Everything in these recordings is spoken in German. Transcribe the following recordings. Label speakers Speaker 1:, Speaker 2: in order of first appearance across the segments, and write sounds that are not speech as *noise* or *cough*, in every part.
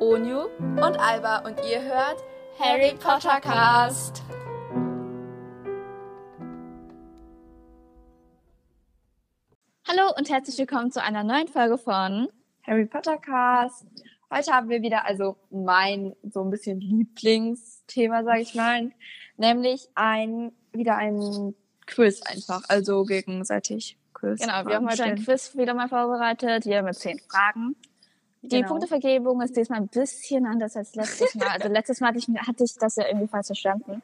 Speaker 1: Onyu und Alba und ihr hört Harry Potter Cast. Hallo und herzlich willkommen zu einer neuen Folge von
Speaker 2: Harry Potter Cast. Heute haben wir wieder also mein so ein bisschen Lieblingsthema, sage ich mal, nämlich ein wieder ein Quiz einfach, also gegenseitig Quiz.
Speaker 1: Genau,
Speaker 2: Fragen
Speaker 1: wir haben heute ein
Speaker 2: stellen.
Speaker 1: Quiz wieder mal vorbereitet, wieder mit zehn Fragen. Die
Speaker 2: Genau.
Speaker 1: Punktevergebung ist diesmal ein bisschen anders als letztes Mal. Also letztes Mal hatte ich, hatte ich das ja irgendwie falsch verstanden.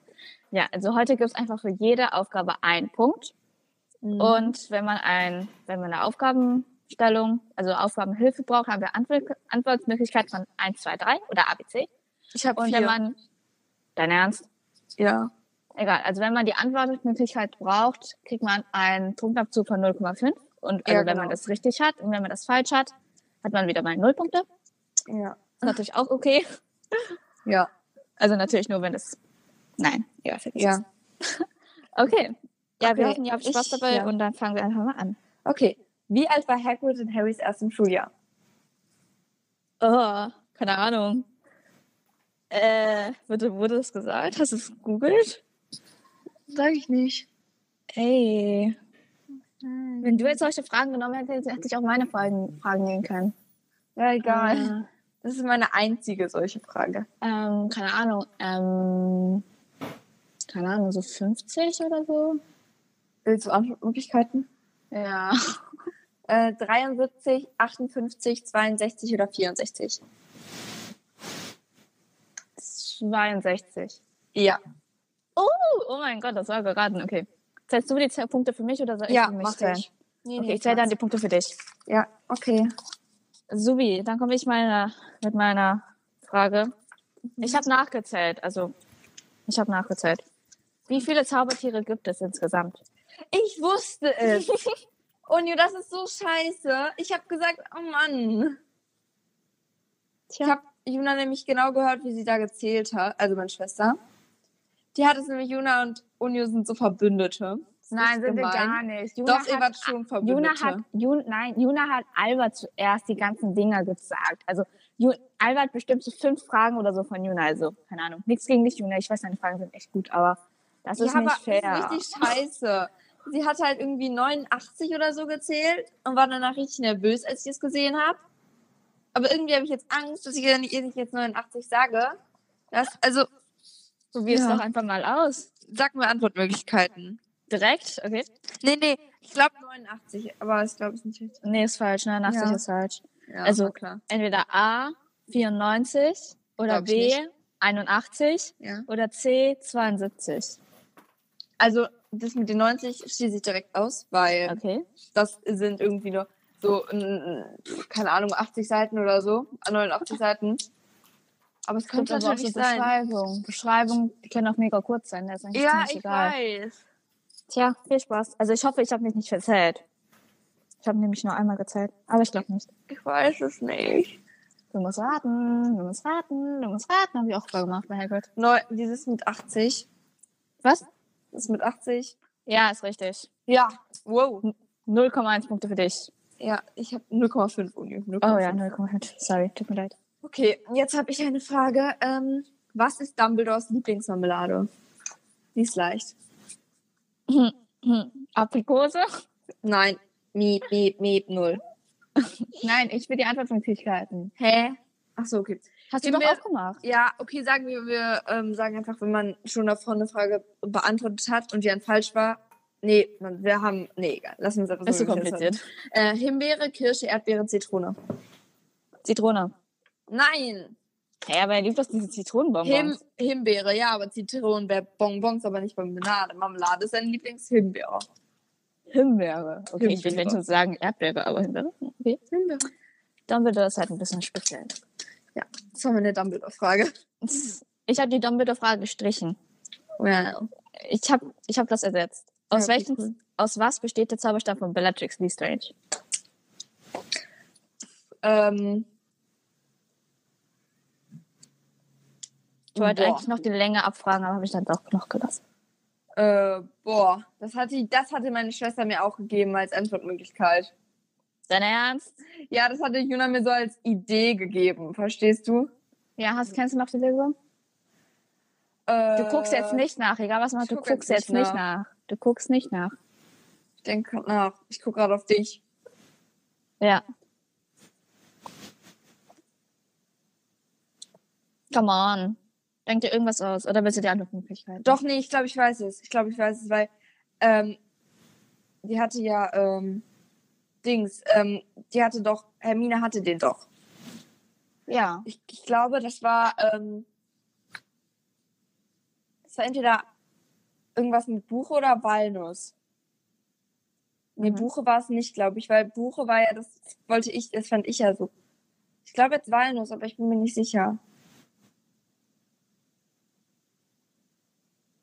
Speaker 1: Ja, also heute gibt es einfach für jede Aufgabe einen Punkt.
Speaker 2: Mhm.
Speaker 1: Und wenn man ein, wenn man eine Aufgabenstellung, also Aufgabenhilfe braucht, haben wir Antwort, Antwortmöglichkeit von 1, 2, 3 oder ABC.
Speaker 2: ich habe
Speaker 1: Und wenn man, dein Ernst?
Speaker 2: ja
Speaker 1: Egal, also wenn man die Antwortmöglichkeit braucht, kriegt man einen Punktabzug von 0,5. Und also
Speaker 2: Ja,
Speaker 1: wenn
Speaker 2: genau.
Speaker 1: man das richtig hat und wenn man das falsch hat, hat man wieder mal 0 Punkte. Ist
Speaker 2: ja
Speaker 1: natürlich auch okay.
Speaker 2: ja
Speaker 1: Also natürlich nur, wenn es. Nein, ja, vergiss
Speaker 2: ja.
Speaker 1: es. Okay. Ja, wir
Speaker 2: Okay,
Speaker 1: hoffen, ihr habt Spaß
Speaker 2: ich-
Speaker 1: dabei
Speaker 2: ja.
Speaker 1: und dann fangen wir einfach mal an.
Speaker 2: Okay, wie alt war Hagrid in Harrys erstem Schuljahr?
Speaker 1: Oh, keine Ahnung. Äh, wurde, wurde das gesagt? Hast du es gegoogelt?
Speaker 2: Sage ich nicht.
Speaker 1: Ey.
Speaker 2: Hm.
Speaker 1: Wenn du jetzt solche Fragen genommen hättest, hätte ich auch meine Fragen, Fragen nehmen können.
Speaker 2: Ja egal.
Speaker 1: Äh,
Speaker 2: Das ist meine einzige solche Frage.
Speaker 1: ähm, keine Ahnung. Ähm, keine Ahnung, so 50 oder so?
Speaker 2: Willst du Antwortmöglichkeiten?
Speaker 1: Ja. *laughs*
Speaker 2: Äh, 73, 58, 62 oder 64?
Speaker 1: 62.
Speaker 2: Ja.
Speaker 1: Oh, oh mein Gott, das war geraten. Okay. Zählst du die zwei Punkte für mich oder soll ich
Speaker 2: Ja,
Speaker 1: für mich
Speaker 2: mach
Speaker 1: zählen?
Speaker 2: ich. Nee,
Speaker 1: Okay, ich zähle dann die Punkte für dich.
Speaker 2: Ja, okay.
Speaker 1: Subi, dann komme ich meiner, mit meiner Frage. Ich habe nachgezählt, also ich habe nachgezählt. Wie viele Zaubertiere gibt es insgesamt?
Speaker 2: Ich wusste
Speaker 1: Äh, *laughs*
Speaker 2: *laughs* es. Onio, das ist so scheiße. Ich habe gesagt, oh Mann. Ich habe Juna nämlich genau gehört, wie sie da gezählt hat. Also meine Schwester. Die hat es nämlich, Juna und Onio sind so Verbündete. Das ist
Speaker 1: nein, sind wir
Speaker 2: gemein.
Speaker 1: gar nicht. Juna
Speaker 2: Doch, ihr
Speaker 1: hat,
Speaker 2: wart schon
Speaker 1: Juna
Speaker 2: Verbündete.
Speaker 1: hat, Jun, nein, Juna hat Albert zuerst die ganzen Dinger gesagt. Also Ju- Albert bestimmt so fünf Fragen oder so von Juna. Also keine Ahnung. Nichts gegen dich, Juna. Ich weiß, deine Fragen sind echt gut, aber das ist
Speaker 2: ja,
Speaker 1: nicht
Speaker 2: aber
Speaker 1: fair.
Speaker 2: das ist richtig scheiße. Sie hat halt irgendwie 89 oder so gezählt und war danach richtig nervös, als ich es gesehen habe. Aber irgendwie habe ich jetzt Angst, dass ich ihr nicht- ihr nicht jetzt 89 sage. Das, also,
Speaker 1: Probier es
Speaker 2: Ja.
Speaker 1: doch einfach mal aus.
Speaker 2: sag mir Antwortmöglichkeiten.
Speaker 1: Direkt, okay.
Speaker 2: Nee, nee, ich glaube 89, aber ich glaube es nicht richtig.
Speaker 1: Nee, ist falsch, ne? 80
Speaker 2: Ja.
Speaker 1: ist falsch.
Speaker 2: Ja,
Speaker 1: Also-
Speaker 2: war klar.
Speaker 1: entweder A 94 oder
Speaker 2: Glaub ich
Speaker 1: B
Speaker 2: nicht.
Speaker 1: 81
Speaker 2: Ja.
Speaker 1: oder C 72.
Speaker 2: Also, das mit den 90 schließe ich direkt aus, weil
Speaker 1: Okay.
Speaker 2: das sind irgendwie nur so, mm, keine Ahnung, 80 Seiten oder so, 89 Seiten. Aber es könnte
Speaker 1: aber auch so
Speaker 2: natürlich sein.
Speaker 1: Beschreibung. Beschreibung, die können auch mega kurz sein, das ist eigentlich
Speaker 2: Ja,
Speaker 1: ziemlich
Speaker 2: ich
Speaker 1: egal.
Speaker 2: weiß.
Speaker 1: Tja, viel Spaß. Also ich hoffe, ich habe mich nicht verzählt. Ich habe nämlich nur einmal gezählt, aber ich glaube nicht.
Speaker 2: Ich weiß es nicht.
Speaker 1: Du musst raten, du musst raten, du musst raten, habe ich auch vorher gemacht bei Hagrid.
Speaker 2: Neu, dieses mit 80.
Speaker 1: Was?
Speaker 2: Das mit 80.
Speaker 1: Ja, ist richtig.
Speaker 2: Ja. Wow.
Speaker 1: 0,1 Punkte für dich.
Speaker 2: Ja, ich habe 0,5 Uni. 0,5.
Speaker 1: Oh ja, 0,1. Sorry, tut mir leid.
Speaker 2: Okay, jetzt habe ich eine Frage. Ähm, was ist Dumbledores Lieblingsmarmelade? Die ist leicht.
Speaker 1: Hm. Aprikose?
Speaker 2: Nein. Miep, miep, miep, null.
Speaker 1: Nein, ich will die Antwortmöglichkeiten.
Speaker 2: Hä? Ach so, okay.
Speaker 1: Hast
Speaker 2: Gib
Speaker 1: du
Speaker 2: mir-
Speaker 1: doch auch gemacht.
Speaker 2: Ja, okay, sagen wir, wir ähm, sagen einfach, wenn man schon davor eine Frage beantwortet hat und die dann falsch war. Nee, man, wir haben. Nee, egal. Lassen wir es einfach so. wie wir es haben. Äh, Himbeere, Kirsche, Erdbeere, Zitrone.
Speaker 1: Zitrone.
Speaker 2: Nein!
Speaker 1: Hä, aber er liebt doch diese
Speaker 2: Him
Speaker 1: Zitronenbonbons.
Speaker 2: Himbeere, ja, aber Zitronen wäre Bonbons, aber nicht Marmelade. Marmelade ist dein Lieblingshimbeere.
Speaker 1: Himbeere. Okay, ich will
Speaker 2: Himbeere.
Speaker 1: wenigstens sagen Erdbeere, aber Himbeere. Okay.
Speaker 2: Himbeere.
Speaker 1: Dumbledore ist halt ein bisschen speziell.
Speaker 2: Das war meine Dumbledore-Frage.
Speaker 1: Ich habe die Dumbledore-Frage gestrichen.
Speaker 2: Wow.
Speaker 1: Ich habe ich hab das ersetzt. Aus
Speaker 2: Ja, okay,
Speaker 1: welchem,
Speaker 2: cool.
Speaker 1: aus was besteht der Zauberstab von Bellatrix Lestrange?
Speaker 2: Ähm,
Speaker 1: Ich wollte
Speaker 2: Boah.
Speaker 1: eigentlich noch die Länge abfragen, aber habe ich dann doch noch gelassen.
Speaker 2: äh, boah, das hatte, das hatte meine Schwester mir auch gegeben als Antwortmöglichkeit.
Speaker 1: Dein Ernst?
Speaker 2: Ja, das hatte Juna mir so als Idee gegeben, verstehst du?
Speaker 1: Ja, hast, kennst du noch die Lösung? Du guckst
Speaker 2: Äh,
Speaker 1: jetzt nicht nach, egal was man macht,
Speaker 2: ich
Speaker 1: du
Speaker 2: guck jetzt
Speaker 1: guckst jetzt
Speaker 2: nicht
Speaker 1: nicht nach. Du guckst nicht nach.
Speaker 2: Ich denke grad nach. Ich gucke gerade auf dich.
Speaker 1: Ja. Come on. Denk dir irgendwas aus. Oder willst du die Antwortmöglichkeit?
Speaker 2: Doch, nee, ich glaube, ich weiß es. Ich glaube, ich weiß es, weil ähm, die hatte ja ähm, Dings. Ähm, die hatte doch, Hermine hatte den doch.
Speaker 1: Ja.
Speaker 2: Ich, ich glaube, das war, ähm, das war entweder irgendwas mit Buche oder Walnuss. Nee,
Speaker 1: Mhm.
Speaker 2: Buche war es nicht, glaube ich, weil Buche war ja, das wollte ich, das fand ich ja so. Ich glaube jetzt Walnuss, aber ich bin mir nicht sicher.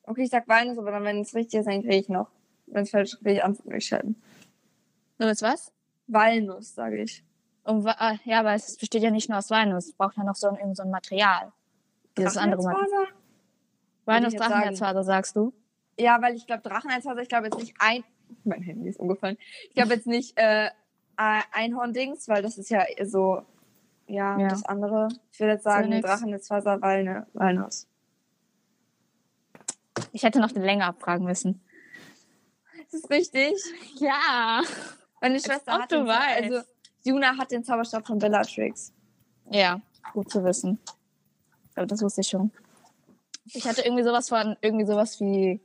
Speaker 2: Okay, ich sag Walnuss, aber dann, wenn es richtig ist, dann kriege ich noch. Wenn es falsch ist, kriege ich Antwortmöglichkeiten.
Speaker 1: Du willst was?
Speaker 2: Walnuss, sage ich.
Speaker 1: Und, wa- ah, ja, aber es besteht ja nicht nur aus Walnuss. Es braucht ja noch so ein, irgend so ein Material. Dieses andere Material.
Speaker 2: Drachenherzfaser?
Speaker 1: Walnuss
Speaker 2: jetzt sagen.
Speaker 1: Drachenherzfaser, sagst du?
Speaker 2: Ja, weil ich glaube, Drachenherzhase, ich glaube jetzt nicht ein. *laughs* Mein Handy ist umgefallen. Ich glaube jetzt nicht äh, Einhorn-Dings, weil das ist ja so. Ja,
Speaker 1: Ja.
Speaker 2: das andere. Ich würde jetzt sagen,
Speaker 1: nix.
Speaker 2: Drachenherzhase, Walne, Walnuss.
Speaker 1: Ich hätte noch den länger abfragen müssen.
Speaker 2: Ist das richtig?
Speaker 1: Ja.
Speaker 2: Meine Schwester
Speaker 1: ob
Speaker 2: hat.
Speaker 1: du
Speaker 2: den Zau-
Speaker 1: weißt.
Speaker 2: Also, Juna hat den Zauberstab von Bellatrix.
Speaker 1: Ja, gut zu wissen. Aber das wusste ich schon. Ich hatte irgendwie sowas von, irgendwie sowas wie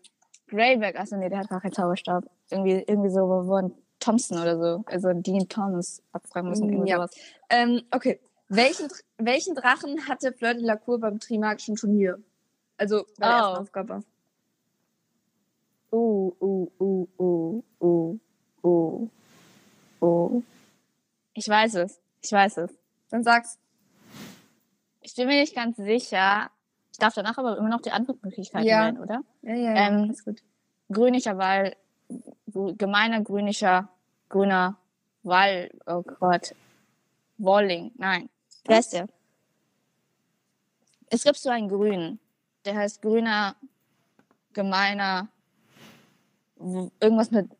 Speaker 1: Greyback. Also nee, der hat gar keinen Zauberstab. Irgendwie, irgendwie so, wo wir Thompson oder so, also Dean Thomas abfragen müssen. Irgendwie
Speaker 2: Ja.
Speaker 1: sowas.
Speaker 2: Ähm, okay. Welchen, Dr- welchen Drachen hatte Fleur de la Cour beim Trimagischen Turnier? Also bei der
Speaker 1: Oh.
Speaker 2: ersten Aufgabe.
Speaker 1: Uh, uh, uh, uh, uh, uh, uh. Ich weiß es. Ich weiß es.
Speaker 2: Dann sag's.
Speaker 1: Ich bin mir nicht ganz sicher. Ich darf danach aber immer noch die Antwortmöglichkeiten
Speaker 2: Ja.
Speaker 1: wählen, oder?
Speaker 2: Ja, ja, ja.
Speaker 1: Ähm,
Speaker 2: ist gut.
Speaker 1: grünlicher Wall, gr- gemeiner grünlicher, grüner Wall, oh Gott, Walling, nein, wer ist der? Es gibt so einen grünen, der heißt grüner, gemeiner, w- irgendwas mit,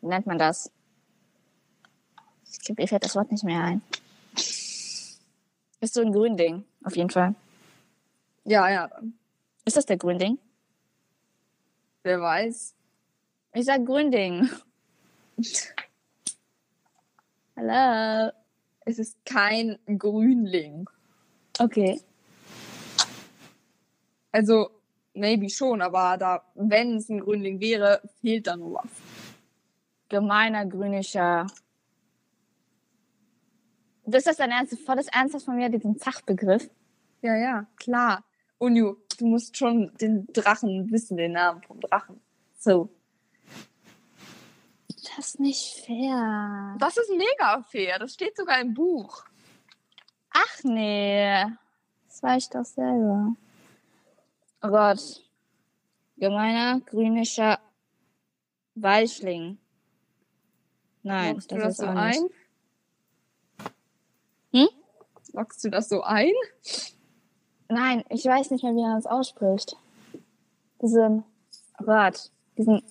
Speaker 1: wie nennt man das? Ich glaub, mir fällt das Wort nicht mehr ein. Ist so ein Gründing, auf jeden Fall.
Speaker 2: Ja, ja.
Speaker 1: Ist das der Gründing?
Speaker 2: Wer weiß.
Speaker 1: Ich sag Gründing. *laughs* Hallo.
Speaker 2: Es ist kein Grünling.
Speaker 1: Okay.
Speaker 2: Also, maybe schon, aber da, wenn es ein Grünling wäre, fehlt da nur was.
Speaker 1: Gemeiner grünischer. Das ist dein Ernst, voll das Ernsthaft von mir, diesen Fachbegriff.
Speaker 2: Ja, ja, klar. Unju, du musst schon den Drachen wissen, den Namen vom Drachen. So.
Speaker 1: Das ist nicht fair.
Speaker 2: Das ist mega fair. Das steht sogar im Buch.
Speaker 1: Ach nee. Das war ich doch selber. Oh Gott. Gemeiner grünischer Weichling. Nein,
Speaker 2: Lockst du
Speaker 1: das
Speaker 2: das
Speaker 1: ist
Speaker 2: so
Speaker 1: auch nicht.
Speaker 2: ein?
Speaker 1: Hm?
Speaker 2: Lockst du das so ein?
Speaker 1: Nein, ich weiß nicht mehr, wie man es ausspricht. Diesen, oh Gott, diesen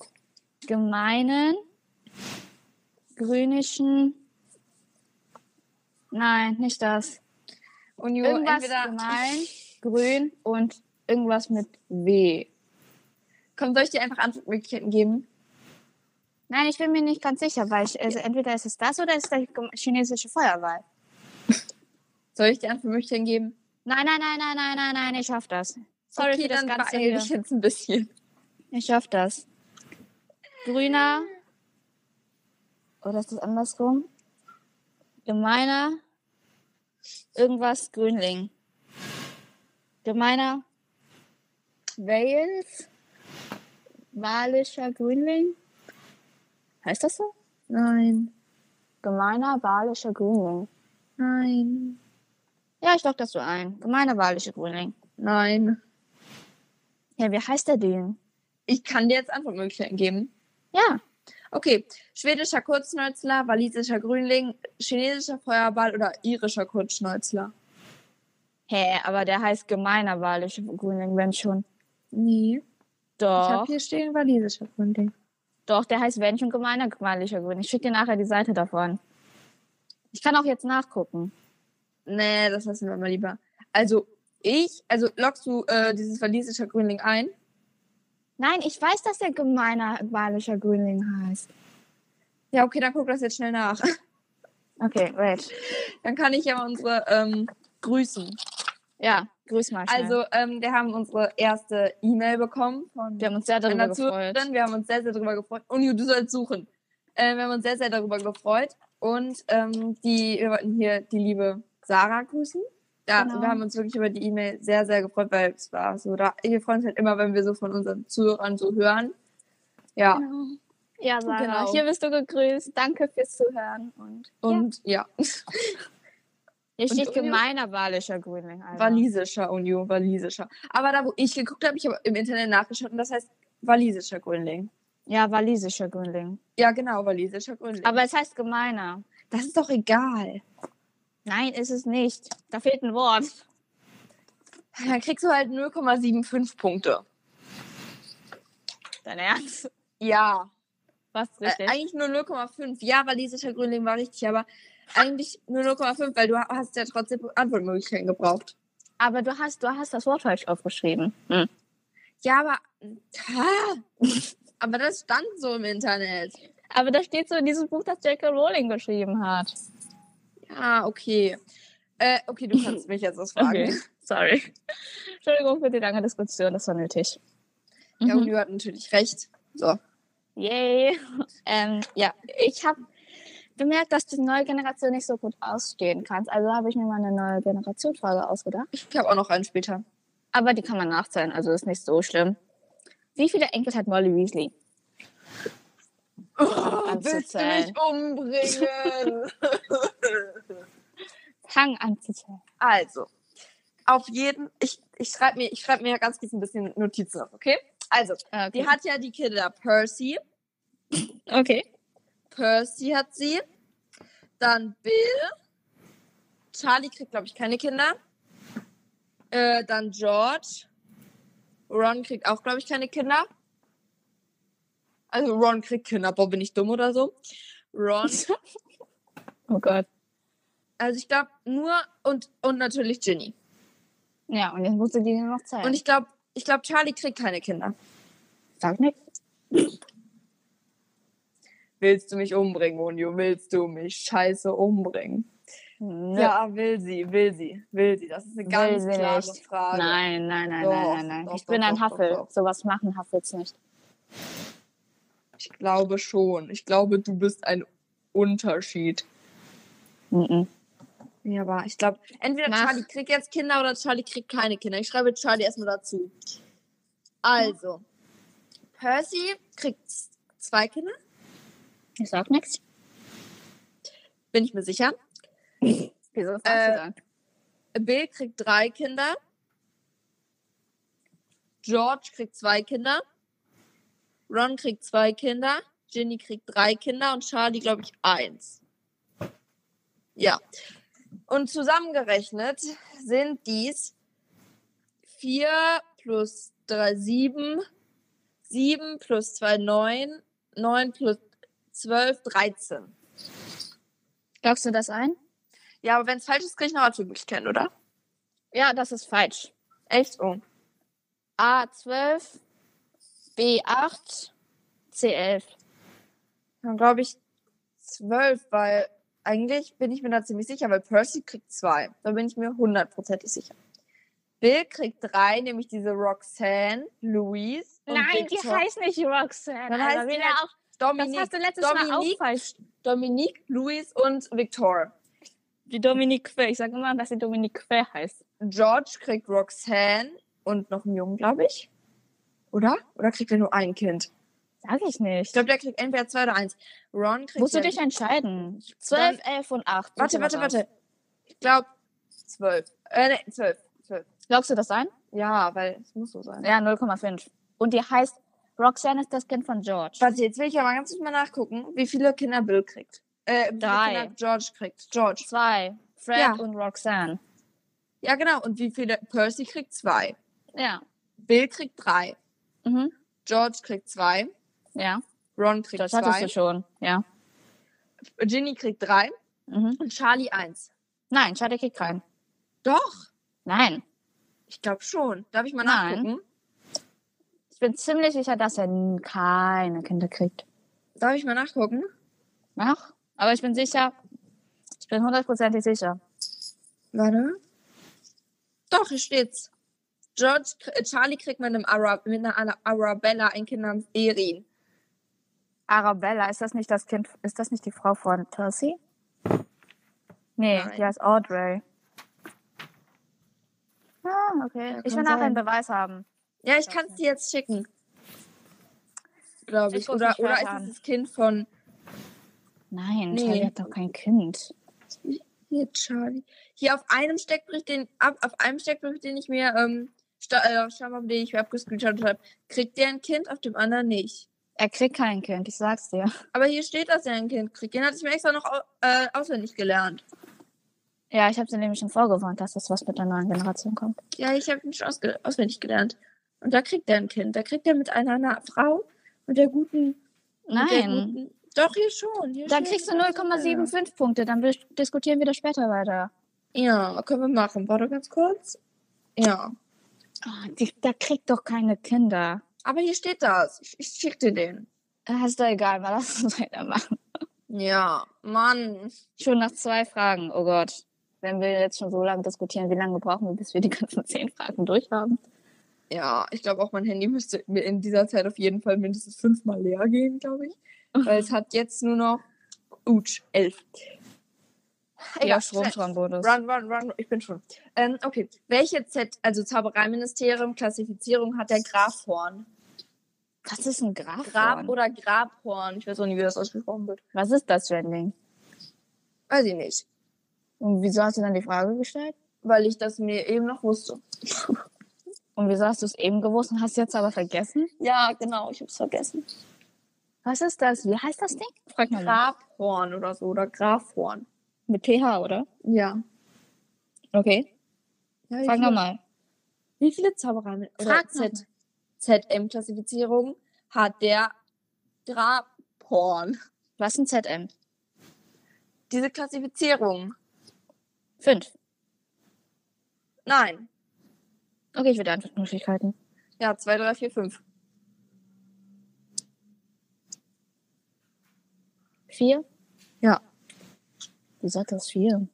Speaker 1: gemeinen, grünischen, nein, nicht das.
Speaker 2: Unju,
Speaker 1: Irgendwas
Speaker 2: entweder *laughs*
Speaker 1: gemein, grün und irgendwas mit W.
Speaker 2: komm, soll ich dir einfach Antwortmöglichkeiten geben?
Speaker 1: Nein, ich bin mir nicht ganz sicher, weil ich, also entweder ist es das oder ist es der gem- chinesische Feuerwall.
Speaker 2: Soll ich dir Antwortmöglichkeiten geben?
Speaker 1: Nein, nein, nein, nein, nein, nein, nein, ich schaffe das. Sorry
Speaker 2: okay,
Speaker 1: für das
Speaker 2: dann
Speaker 1: Ganze.
Speaker 2: beeil
Speaker 1: Hier.
Speaker 2: dich jetzt ein bisschen.
Speaker 1: Ich schaff das. Grüner. Oder ist das andersrum? Gemeiner. Irgendwas Grünling. Gemeiner. Wales. Walischer Grünling. Heißt das so?
Speaker 2: Nein,
Speaker 1: Gemeiner walischer Grünling.
Speaker 2: nein,
Speaker 1: Ja, ich lock das so ein. Gemeiner walischer Grünling.
Speaker 2: nein.
Speaker 1: Ja, wie heißt der denn?
Speaker 2: Ich kann dir jetzt Antwortmöglichkeiten geben.
Speaker 1: Ja.
Speaker 2: Okay, schwedischer Kurzschnäuzler, walisischer Grünling, chinesischer Feuerball oder irischer Kurzschnäuzler?
Speaker 1: Hä, aber der heißt gemeiner walischer Grünling, wenn schon.
Speaker 2: Nee, ich
Speaker 1: Doch.
Speaker 2: habe hier stehen walisischer Grünling.
Speaker 1: Doch, der heißt Wench und gemeiner gemeinlicher Grün. Ich schicke dir nachher die Seite davon. Ich kann auch jetzt nachgucken.
Speaker 2: Nee, das lassen wir mal lieber. Also, ich, also lockst du äh, dieses walisische Grünling ein?
Speaker 1: Nein, ich weiß, dass der gemeiner walischer Grünling heißt.
Speaker 2: Ja, okay, dann guck das jetzt schnell nach. *laughs*
Speaker 1: Okay, wait.
Speaker 2: Dann kann ich ja mal unsere ähm, grüßen.
Speaker 1: Ja, grüß mal schnell.
Speaker 2: Also, ähm, wir haben unsere erste E-Mail bekommen von
Speaker 1: wir haben uns sehr darüber
Speaker 2: einer
Speaker 1: gefreut.
Speaker 2: Zuhörerin. Wir haben uns sehr, sehr darüber gefreut. Und du sollst suchen. Äh, wir haben uns sehr, sehr darüber gefreut. Und ähm, die, wir wollten hier die liebe Sarah grüßen. Ja,
Speaker 1: Genau.
Speaker 2: wir haben uns wirklich über die E-Mail sehr, sehr gefreut, weil es war so da. Wir freuen uns halt immer, wenn wir so von unseren Zuhörern so hören. Ja,
Speaker 1: Genau. Ja, Sarah,
Speaker 2: Genau.
Speaker 1: hier bist du gegrüßt. Danke fürs Zuhören. Und,
Speaker 2: und ja,
Speaker 1: hier
Speaker 2: Und
Speaker 1: steht
Speaker 2: Uni-
Speaker 1: gemeiner walischer Grünling. Alter.
Speaker 2: walisischer Union, walisischer. Aber da, wo ich geguckt habe, ich habe im Internet nachgeschaut und das heißt walisischer Grünling.
Speaker 1: Ja, walisischer Grünling.
Speaker 2: Ja, genau, walisischer Grünling.
Speaker 1: Aber es heißt gemeiner.
Speaker 2: das ist doch egal.
Speaker 1: Nein, ist es nicht. Da fehlt ein Wort.
Speaker 2: Dann kriegst du halt 0,75 Punkte.
Speaker 1: Dein Ernst?
Speaker 2: Ja.
Speaker 1: Was
Speaker 2: Äh,
Speaker 1: richtig?
Speaker 2: eigentlich nur 0,5. Ja, walisischer Grünling war richtig, aber eigentlich nur 0,5, weil du hast ja trotzdem Antwortmöglichkeiten gebraucht.
Speaker 1: aber du hast, du hast das Wort falsch aufgeschrieben. Hm.
Speaker 2: Ja, aber. Ha! *laughs* aber das stand so im Internet.
Speaker 1: Aber da steht so in diesem Buch, das J.K. Rowling geschrieben hat.
Speaker 2: Ja, okay. Äh, okay, du kannst mich jetzt was fragen. *laughs*
Speaker 1: *laughs* Okay, sorry. Entschuldigung für die lange Diskussion, das war nötig.
Speaker 2: Ja,
Speaker 1: Mhm.
Speaker 2: Uli hat natürlich recht. So.
Speaker 1: Yay. Ähm, ja, ich habe bemerkt, dass die neue Generation nicht so gut ausstehen kannst. Also habe ich mir mal eine neue Generation-Frage ausgedacht.
Speaker 2: Ich habe auch noch einen später.
Speaker 1: Aber die kann man nachzählen, also ist nicht so schlimm. Wie viele Enkel hat Molly Weasley?
Speaker 2: Oh,
Speaker 1: willst du mich *laughs*
Speaker 2: umbringen?
Speaker 1: Fang an zu zählen.
Speaker 2: also, auf jeden. Ich, ich schreibe mir, ich schreib mir ganz kurz ein bisschen Notizen auf, okay? Also, die
Speaker 1: Okay.
Speaker 2: hat ja die Kinder Percy.
Speaker 1: okay.
Speaker 2: Percy hat sie. Dann Bill. Charlie kriegt, glaube ich, keine Kinder. Äh, dann George. Ron kriegt auch, glaube ich, keine Kinder. Also Ron kriegt Kinder. Boah, bin ich dumm oder so? Ron. *laughs*
Speaker 1: Oh Gott.
Speaker 2: Also ich glaube nur und, und natürlich Ginny.
Speaker 1: Ja, und jetzt musst du die nur noch zählen.
Speaker 2: Und ich glaube, ich glaube, Charlie kriegt keine Kinder.
Speaker 1: sag nichts.
Speaker 2: Willst du mich umbringen, Unio? Willst du mich scheiße umbringen?
Speaker 1: Nö.
Speaker 2: Ja, will sie, will sie, will sie. Das ist eine ganz
Speaker 1: sie
Speaker 2: klare
Speaker 1: nicht.
Speaker 2: Frage.
Speaker 1: Nein, nein, nein,
Speaker 2: Doch,
Speaker 1: nein, nein, nein.
Speaker 2: doch,
Speaker 1: ich
Speaker 2: doch,
Speaker 1: bin ein
Speaker 2: doch, doch,
Speaker 1: Haffel.
Speaker 2: doch.
Speaker 1: Sowas machen Haffels nicht.
Speaker 2: Ich glaube schon. Ich glaube, du bist ein Unterschied.
Speaker 1: Mhm.
Speaker 2: Ja, aber ich glaube, entweder
Speaker 1: Mach.
Speaker 2: Charlie kriegt jetzt Kinder oder Charlie kriegt keine Kinder. Ich schreibe Charlie erstmal dazu. Also, Percy kriegt z- zwei Kinder,
Speaker 1: Ich sag nichts.
Speaker 2: bin ich mir sicher.
Speaker 1: Wieso sagst
Speaker 2: Äh,
Speaker 1: du dann?
Speaker 2: Bill kriegt drei Kinder. George kriegt zwei Kinder. Ron kriegt zwei Kinder. Ginny kriegt drei Kinder und Charlie, glaube ich, eins. Ja. Und zusammengerechnet sind dies vier plus drei sieben, sieben plus zwei neun, neun plus zwölf dreizehn.
Speaker 1: Lockst du das ein?
Speaker 2: Ja, aber wenn es falsch ist, kriege ich noch Antwortmöglichkeiten, oder?
Speaker 1: Ja, das ist falsch.
Speaker 2: Echt? Oh.
Speaker 1: A12, B8, C11.
Speaker 2: Dann glaube ich zwölf, weil eigentlich bin ich mir da ziemlich sicher, weil Percy kriegt zwei. Da bin ich mir hundertprozentig sicher. Bill kriegt drei, nämlich diese Roxanne, Louise und
Speaker 1: Nein, die
Speaker 2: Victor.
Speaker 1: heißt nicht Roxanne.
Speaker 2: Dann
Speaker 1: Alter,
Speaker 2: heißt
Speaker 1: wie
Speaker 2: die
Speaker 1: der
Speaker 2: halt
Speaker 1: auch, das
Speaker 2: Dominique,
Speaker 1: hast du letztes Mal auch
Speaker 2: Dominique.
Speaker 1: falsch.
Speaker 2: Dominique, Louise und Victor.
Speaker 1: Die Dominique Quer. Ich sage immer, dass sie Dominique Quer heißt.
Speaker 2: George kriegt Roxanne und noch einen Jungen, glaube ich. Oder? Oder kriegt er nur ein Kind?
Speaker 1: Sag ich nicht.
Speaker 2: Ich glaube, der kriegt entweder zwei oder eins. Ron kriegt.
Speaker 1: Musst du
Speaker 2: ja-
Speaker 1: dich entscheiden. 12, 11 und 8.
Speaker 2: Warte,
Speaker 1: Such dir
Speaker 2: warte,
Speaker 1: was aus.
Speaker 2: warte. Ich glaube zwölf. Äh, nee, zwölf. Zwölf.
Speaker 1: Lockst du das ein?
Speaker 2: Ja, weil es muss so sein.
Speaker 1: Ja, 0,5. Und die heißt, Roxanne ist das Kind von George.
Speaker 2: Warte, jetzt will ich aber ganz kurz mal nachgucken, wie viele Kinder Bill kriegt. Äh, wie
Speaker 1: Drei.
Speaker 2: Viele Kinder George kriegt. George.
Speaker 1: Zwei. Fred
Speaker 2: Ja.
Speaker 1: und Roxanne.
Speaker 2: Ja, genau. Und wie viele? Percy kriegt zwei.
Speaker 1: Ja.
Speaker 2: Bill kriegt drei.
Speaker 1: Mhm.
Speaker 2: George krigt zwei.
Speaker 1: Ja.
Speaker 2: Ron kriegt
Speaker 1: Das hattest du
Speaker 2: zwei.
Speaker 1: schon. Ja.
Speaker 2: Ginny kriegt drei.
Speaker 1: Mhm.
Speaker 2: Und Charlie eins.
Speaker 1: Nein, Schade kriegt keinen.
Speaker 2: Doch,
Speaker 1: Nein.
Speaker 2: ich glaube schon. Darf ich mal
Speaker 1: Nein.
Speaker 2: nachgucken?
Speaker 1: Ich bin ziemlich sicher, dass er n- keine Kinder kriegt.
Speaker 2: Darf ich mal nachgucken?
Speaker 1: Ach, aber ich bin sicher, ich bin hundertprozentig sicher.
Speaker 2: Warte. Doch, hier steht's. George, äh, Charlie kriegt mit, einem Ara, mit einer Ara- Arabella ein Kind namens Erin.
Speaker 1: Arabella, ist das nicht das Kind, ist das nicht die Frau von Percy? Nee,
Speaker 2: Nein.
Speaker 1: die heißt Audrey. Ah, okay. ich will
Speaker 2: kann
Speaker 1: nachher
Speaker 2: sein.
Speaker 1: einen Beweis haben.
Speaker 2: Ja, ich kann es dir jetzt schicken. Glaube
Speaker 1: Ich
Speaker 2: ich.
Speaker 1: guck's
Speaker 2: Oder,
Speaker 1: nicht
Speaker 2: oder
Speaker 1: weiter
Speaker 2: ist
Speaker 1: an.
Speaker 2: es das Kind von
Speaker 1: Nein,
Speaker 2: Nee.
Speaker 1: Charlie hat doch kein Kind.
Speaker 2: Hier, Charlie. Hier auf einem Steckbrief, den ab, auf einem Steckbrief, den ich mir ähm, sta- äh, schau mal, den ich mir abgescreenshottet habe, kriegt der ein Kind, auf dem anderen nicht.
Speaker 1: Er kriegt kein Kind, ich sag's dir.
Speaker 2: Aber hier steht, dass er ein Kind kriegt. Den hatte ich mir extra noch au äh, auswendig gelernt.
Speaker 1: Ja, ich habe dir nämlich schon vorgewarnt, dass das was mit der neuen Generation kommt.
Speaker 2: Ja, ich habe ihn schon ausge auswendig gelernt. Und da kriegt er ein Kind. Da kriegt er mit einer, einer Frau und der guten. Mit der
Speaker 1: Nein,
Speaker 2: guten doch, hier schon. Hier
Speaker 1: dann
Speaker 2: steht,
Speaker 1: kriegst du 0,75 Punkte, dann bes- diskutieren wir das später weiter.
Speaker 2: Ja, können wir machen. Warte ganz kurz. Ja.
Speaker 1: Ah, die, da kriegt doch keine Kinder.
Speaker 2: Aber hier steht das. Ich, ich schick dir den.
Speaker 1: Ah, Ist doch egal, mal lass uns *laughs* weitermachen.
Speaker 2: Ja, Mann.
Speaker 1: Schon nach zwei Fragen, oh Gott. Wenn wir jetzt schon so lange diskutieren, wie lange brauchen wir, bis wir die ganzen *laughs* zehn Fragen durch haben?
Speaker 2: Ja, ich glaube auch mein Handy müsste mir in dieser Zeit auf jeden Fall mindestens fünfmal leer gehen, glaube ich. Weil es hat jetzt nur noch Utsch, elf.
Speaker 1: Ja,
Speaker 2: schnell.
Speaker 1: Stromtrombonus.
Speaker 2: Run, run, run, ich bin schon. Ähm, okay. Welche Z, also Zaubereiministerium, Klassifizierung hat der Grafhorn?
Speaker 1: Was ist ein Graf?
Speaker 2: Grab oder Grabhorn? Ich weiß auch nie, wie das ausgesprochen wird.
Speaker 1: Was ist das für ein Ding?
Speaker 2: Weiß ich nicht.
Speaker 1: Und wieso hast du dann die Frage gestellt?
Speaker 2: Weil ich das mir eben noch wusste.
Speaker 1: Und wieso hast du es eben gewusst und hast jetzt aber vergessen?
Speaker 2: Ja, genau, ich hab's vergessen.
Speaker 1: Was ist das? Wie heißt das Ding? Frag mal. nach.
Speaker 2: Grabhorn oder so, oder Grafhorn.
Speaker 1: Mit PH, oder?
Speaker 2: Ja.
Speaker 1: Okay.
Speaker 2: ja
Speaker 1: Frag nochmal.
Speaker 2: Wie viele Zauberer mit oder
Speaker 1: Frag noch
Speaker 2: Z, ZM-Klassifizierung hat der Draporn?
Speaker 1: Was ist ein ZM?
Speaker 2: Diese Klassifizierung?
Speaker 1: Fünf.
Speaker 2: Nein.
Speaker 1: Okay, ich will die Antwortmöglichkeiten.
Speaker 2: Ja, 2, 3, 4, 5.
Speaker 1: Vier?
Speaker 2: Ja.
Speaker 1: Wieso hat das vier?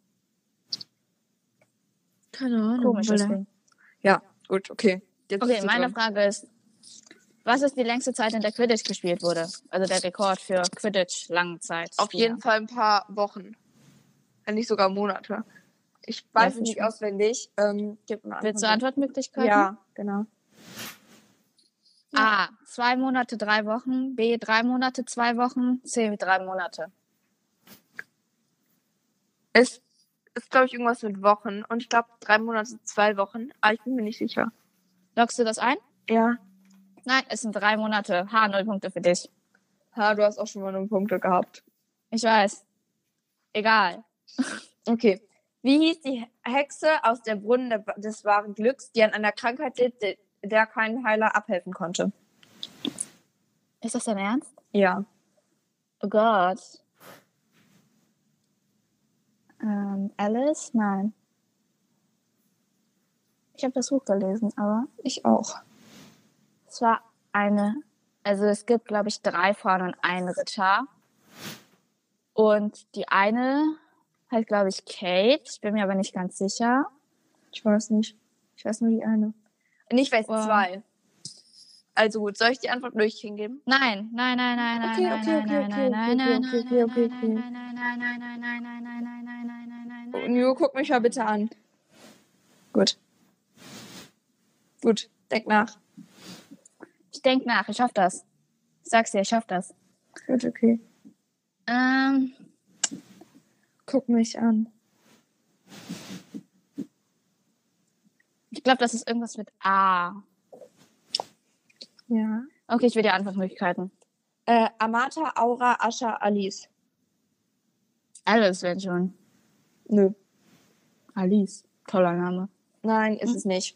Speaker 2: Keine Ahnung.
Speaker 1: Komisches Ding.
Speaker 2: Ja, gut, okay. Jetzt
Speaker 1: Okay,
Speaker 2: bist du
Speaker 1: meine
Speaker 2: dran.
Speaker 1: Frage ist, was ist die längste Zeit, in der Quidditch gespielt wurde? Also der Rekord für Quidditch Langzeit.
Speaker 2: Auf jeden Fall ein paar Wochen. Wenn nicht sogar Monate. Ich weiß es nicht
Speaker 1: bestimmt.
Speaker 2: auswendig. Ähm, gib mal
Speaker 1: Willst du Antwortmöglichkeiten?
Speaker 2: Ja, genau.
Speaker 1: A. Zwei Monate, drei Wochen. B. Drei Monate, zwei Wochen. C. Drei Monate.
Speaker 2: Es ist, glaube ich, irgendwas mit Wochen. Und ich glaube, drei Monate, zwei Wochen. Aber ich bin mir nicht sicher.
Speaker 1: Loggst du das ein?
Speaker 2: Ja.
Speaker 1: Nein, es sind drei Monate. H, null Punkte für dich.
Speaker 2: Ha, du hast auch schon mal null Punkte gehabt.
Speaker 1: Ich weiß. Egal.
Speaker 2: Okay. Wie hieß die Hexe aus der Brunnen der- des wahren Glücks, die an einer Krankheit litt, de- der kein Heiler abhelfen konnte?
Speaker 1: Ist das dein Ernst?
Speaker 2: Ja.
Speaker 1: Oh Gott. Ähm, Alice? Nein. Ich habe das Buch gelesen, aber
Speaker 2: Ich auch.
Speaker 1: es war eine. Also es gibt, glaube ich, drei Frauen und einen Ritter. Und die eine heißt, glaube ich, Kate. Ich bin mir aber nicht ganz sicher.
Speaker 2: Ich weiß nicht. Ich weiß nur die eine. Nee, ich weiß
Speaker 1: Wow.
Speaker 2: zwei. Also gut, soll ich die Antwort durch hingeben?
Speaker 1: Nein, nein, nein, nein, nein,
Speaker 2: Okay,
Speaker 1: nein,
Speaker 2: okay, okay,
Speaker 1: nein,
Speaker 2: okay,
Speaker 1: nein, nein,
Speaker 2: okay, okay,
Speaker 1: nein,
Speaker 2: okay, okay,
Speaker 1: nein,
Speaker 2: okay.
Speaker 1: nein, nein, nein, nein, nein, nein, nein, nein, nein, nein, nein, nein, nein, nein.
Speaker 2: Nio, guck mich mal bitte an. Gut. Gut, denk nach.
Speaker 1: Ich denk nach, ich schaff das. Ich sag's dir, ich schaff das.
Speaker 2: Gut, okay.
Speaker 1: Ähm,
Speaker 2: Guck mich an.
Speaker 1: ich glaube, das ist irgendwas mit A.
Speaker 2: Ja.
Speaker 1: Okay, ich will die Antwortmöglichkeiten.
Speaker 2: Äh, Amata, Aura, Ascha, Alice.
Speaker 1: Alice, wenn schon.
Speaker 2: Nö.
Speaker 1: Alice. Toller Name.
Speaker 2: Nein, ist es nicht.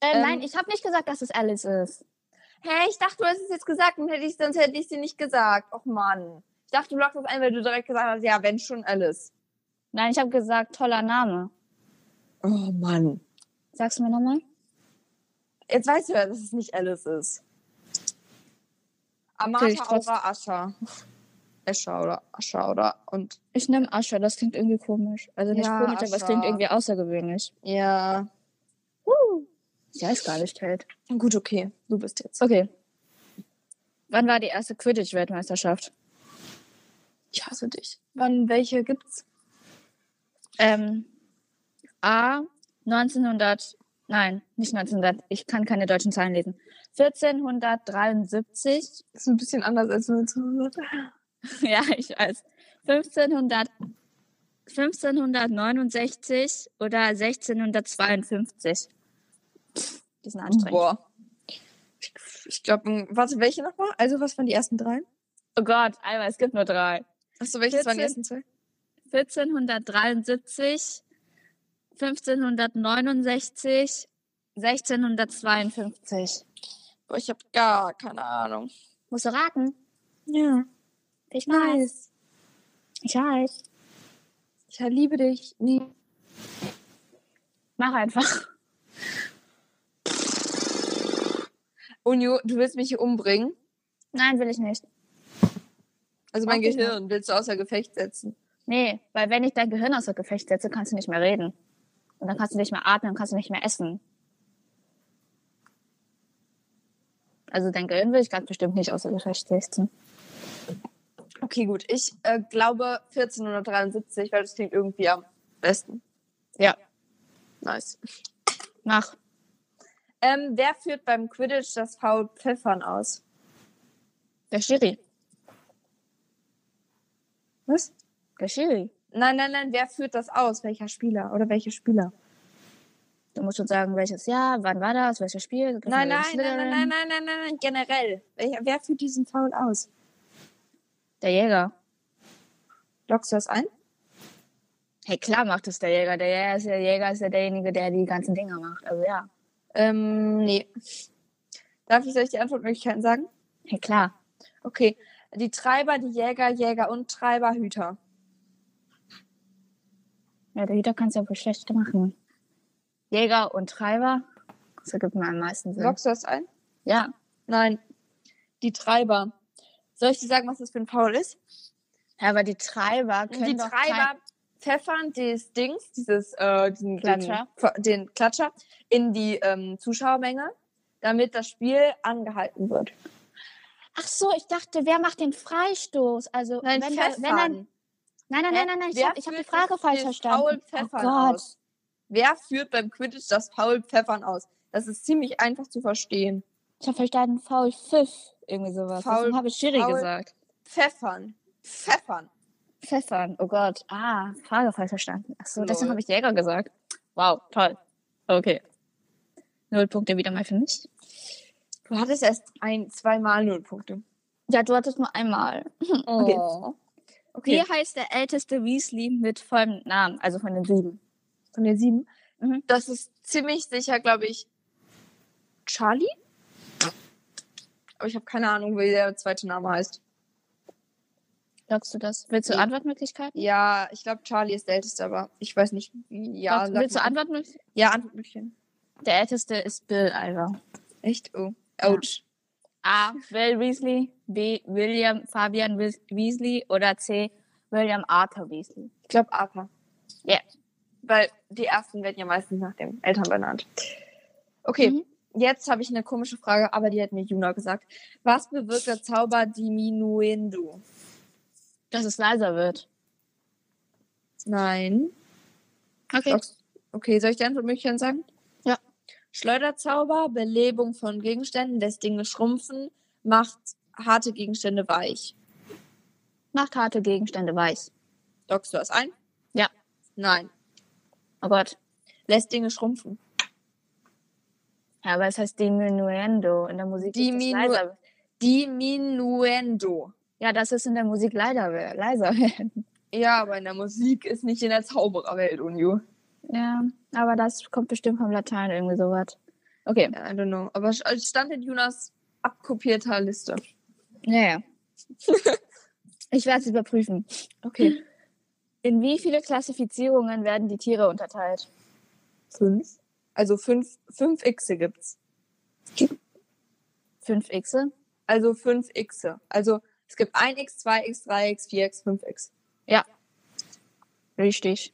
Speaker 1: Äh,
Speaker 2: Ähm,
Speaker 1: nein, ich habe nicht gesagt, dass es Alice ist.
Speaker 2: Hä, ich dachte, du hast es jetzt gesagt, und hätte ich, sonst hätte ich sie nicht gesagt. Och Mann. Ich dachte, du lockst das ein, weil du direkt gesagt hast, ja, wenn schon alles.
Speaker 1: Nein, ich habe gesagt, toller Name.
Speaker 2: Oh Mann.
Speaker 1: Sagst du mir nochmal?
Speaker 2: Jetzt weißt du ja, dass es nicht Alice ist. Amata
Speaker 1: Okay, ich trotz-
Speaker 2: Aura Ascha. Escher oder Ascha oder und
Speaker 1: Ich nehme Ascha, das klingt irgendwie komisch. Also nicht
Speaker 2: Ja,
Speaker 1: komisch, aber es klingt
Speaker 2: Ascha.
Speaker 1: irgendwie außergewöhnlich.
Speaker 2: ja.
Speaker 1: Ich weiß gar nicht, halt.
Speaker 2: Gut, okay. Du bist jetzt.
Speaker 1: Okay. Wann war die erste Quidditch-Weltmeisterschaft?
Speaker 2: Ich hasse dich. Wann welche gibt's?
Speaker 1: Ähm, A. 1900. Nein, nicht 1900. Ich kann keine deutschen Zahlen lesen. 1473.
Speaker 2: Ist ein bisschen anders als 1900.
Speaker 1: *laughs* ja, ich weiß. 1500. 1569 oder 1652. Die sind anstrengend.
Speaker 2: Boah. Ich, ich glaube, warte, welche nochmal? Also, was waren die ersten drei?
Speaker 1: Oh Gott, Alma, es gibt nur drei.
Speaker 2: Achso, welches waren die
Speaker 1: 14.
Speaker 2: ersten zwei?
Speaker 1: 1473, 1569, 1652.
Speaker 2: Boah, ich habe gar keine Ahnung.
Speaker 1: Musst du raten?
Speaker 2: Ja.
Speaker 1: Ich
Speaker 2: Nice.
Speaker 1: Ich weiß.
Speaker 2: Ich liebe dich. Nee.
Speaker 1: Mach einfach.
Speaker 2: Unio, du willst mich hier umbringen?
Speaker 1: Nein, will ich nicht.
Speaker 2: Also, mein
Speaker 1: Mach ich
Speaker 2: Gehirn willst du außer Gefecht setzen?
Speaker 1: Nee, weil wenn ich dein Gehirn außer Gefecht setze, kannst du nicht mehr reden. Und dann kannst du nicht mehr atmen und kannst du nicht mehr essen. Also dein Gehirn will ich ganz bestimmt nicht außer Gefecht setzen.
Speaker 2: Okay, gut. Ich äh, glaube 1473, weil das klingt irgendwie am besten.
Speaker 1: Ja.
Speaker 2: Nice.
Speaker 1: Mach.
Speaker 2: Ähm, wer führt beim Quidditch das Foul Pfeffern aus?
Speaker 1: Der Schiri.
Speaker 2: Was?
Speaker 1: Der Schiri.
Speaker 2: Nein, nein, nein. Wer führt das aus? Welcher Spieler oder welche Spieler?
Speaker 1: Du musst schon sagen, welches Jahr, wann war das, welches Spiel.
Speaker 2: Nein, nein,
Speaker 1: Gryffindor
Speaker 2: nein,
Speaker 1: gegen
Speaker 2: nein, nein, nein, nein, nein, nein. Generell. Wer, wer führt diesen Foul aus?
Speaker 1: Slytherin. Der Jäger.
Speaker 2: Lockst du das ein?
Speaker 1: Hey, klar macht es der Jäger. Der Jäger ist, der Jäger ist ja derjenige, der die ganzen Dinger macht. Also ja.
Speaker 2: Ähm, nee. Darf ich euch die Antwortmöglichkeiten sagen?
Speaker 1: Hey, klar.
Speaker 2: Okay. Die Treiber, die Jäger, Jäger und Treiber, Hüter.
Speaker 1: Ja, der Hüter kannst du ja wohl schlecht machen. Jäger und Treiber. Das ergibt mir am meisten Sinn.
Speaker 2: Lockst du das ein?
Speaker 1: Ja.
Speaker 2: Nein. Die Treiber. Soll ich dir sagen, was das für ein Foul ist?
Speaker 1: ja. Aber die Treiber können
Speaker 2: die
Speaker 1: doch
Speaker 2: Treiber pfeffern des Dings, dieses, äh, diesen
Speaker 1: Klatscher.
Speaker 2: Den, den Klatscher in die ähm, Zuschauermenge, damit das Spiel angehalten wird.
Speaker 1: Ach so, ich dachte, wer macht den Freistoß? Also, wenn, da- wenn dann,
Speaker 2: pfeffern.
Speaker 1: Nein, nein, nein, nein, nein, ich
Speaker 2: Wer
Speaker 1: habe hab die
Speaker 2: führt
Speaker 1: Frage
Speaker 2: das-
Speaker 1: falsch
Speaker 2: das
Speaker 1: verstanden.
Speaker 2: Foul
Speaker 1: Oh
Speaker 2: pfeffern
Speaker 1: Gott.
Speaker 2: aus? Wer führt beim Quidditch das Foul Pfeffern aus? Das ist ziemlich einfach zu verstehen.
Speaker 1: Ich habe verstanden, faul Pfiff. Irgendwie sowas.
Speaker 2: Foul-
Speaker 1: Deswegen habe ich Schiri
Speaker 2: Foul-
Speaker 1: gesagt.
Speaker 2: Pfeffern. Pfeffern.
Speaker 1: Pfeffern, oh Gott. Ah, Frage falsch verstanden. Achso,
Speaker 2: Lol.
Speaker 1: deswegen habe ich Jäger gesagt. Wow, toll. Okay. Null Punkte wieder mal für mich.
Speaker 2: Du hattest erst ein, zweimal null Punkte.
Speaker 1: Ja, du hattest nur einmal. *laughs*
Speaker 2: Okay. Oh. okay.
Speaker 1: Wie heißt der älteste Weasley mit vollem Namen? Also von den sieben.
Speaker 2: Von der sieben.
Speaker 1: Mhm.
Speaker 2: Das ist ziemlich sicher, glaube ich, Charlie. Aber ich habe keine Ahnung, wie der zweite Name heißt.
Speaker 1: Sagst du das? Willst du
Speaker 2: Nee.
Speaker 1: Antwortmöglichkeiten?
Speaker 2: Ja, ich glaube, Charlie ist der älteste, aber ich weiß nicht, wie. Ja,
Speaker 1: Sagst-
Speaker 2: sag
Speaker 1: Willst du
Speaker 2: mal.
Speaker 1: Antwortmöglichkeiten?
Speaker 2: Ja, Antwortmöglichkeiten.
Speaker 1: Der älteste ist Bill, also.
Speaker 2: Echt? Oh. Ouch.
Speaker 1: A. Bill Weasley. B. William Fabian Weas- Weasley. Oder C. William Arthur Weasley.
Speaker 2: Ich glaube, Arthur.
Speaker 1: Ja.
Speaker 2: Weil die ersten werden ja meistens nach den Eltern benannt. Okay,
Speaker 1: Mhm.
Speaker 2: jetzt habe ich eine komische Frage, aber die hat mir Juna gesagt. Was bewirkt der Zauber Diminuendo?
Speaker 1: Dass es leiser wird.
Speaker 2: Nein.
Speaker 1: Okay.
Speaker 2: Sagst- Okay, soll ich die Antwortmöglichkeiten sagen?
Speaker 1: Ja.
Speaker 2: Schleuderzauber, Belebung von Gegenständen, lässt Dinge schrumpfen, macht harte Gegenstände weich.
Speaker 1: Macht harte Gegenstände weich.
Speaker 2: Dockst du das ein?
Speaker 1: Ja.
Speaker 2: Nein.
Speaker 1: Oh Gott.
Speaker 2: Lässt Dinge schrumpfen.
Speaker 1: Ja, aber es heißt Diminuendo. In der Musik
Speaker 2: Diminu-
Speaker 1: ist es leiser.
Speaker 2: Diminuendo.
Speaker 1: Ja, das ist in der Musik leider we- leiser *laughs* werden.
Speaker 2: Ja, aber in der Musik ist nicht in der Zaubererwelt, Unio.
Speaker 1: Ja, aber das kommt bestimmt vom Latein irgendwie sowas. Okay.
Speaker 2: I don't know. Aber es es stand in Junas abkopierter Liste. *laughs*
Speaker 1: Ja, ja. ich werde es überprüfen.
Speaker 2: Hm. Okay.
Speaker 1: In wie viele Klassifizierungen werden die Tiere unterteilt?
Speaker 2: Fünf. Also fünf, fünf Xe gibt's.
Speaker 1: Fünf Xe?
Speaker 2: Also fünf Xe. Also es gibt ein X, zwei X, drei X, vier X, fünf X.
Speaker 1: Richtig.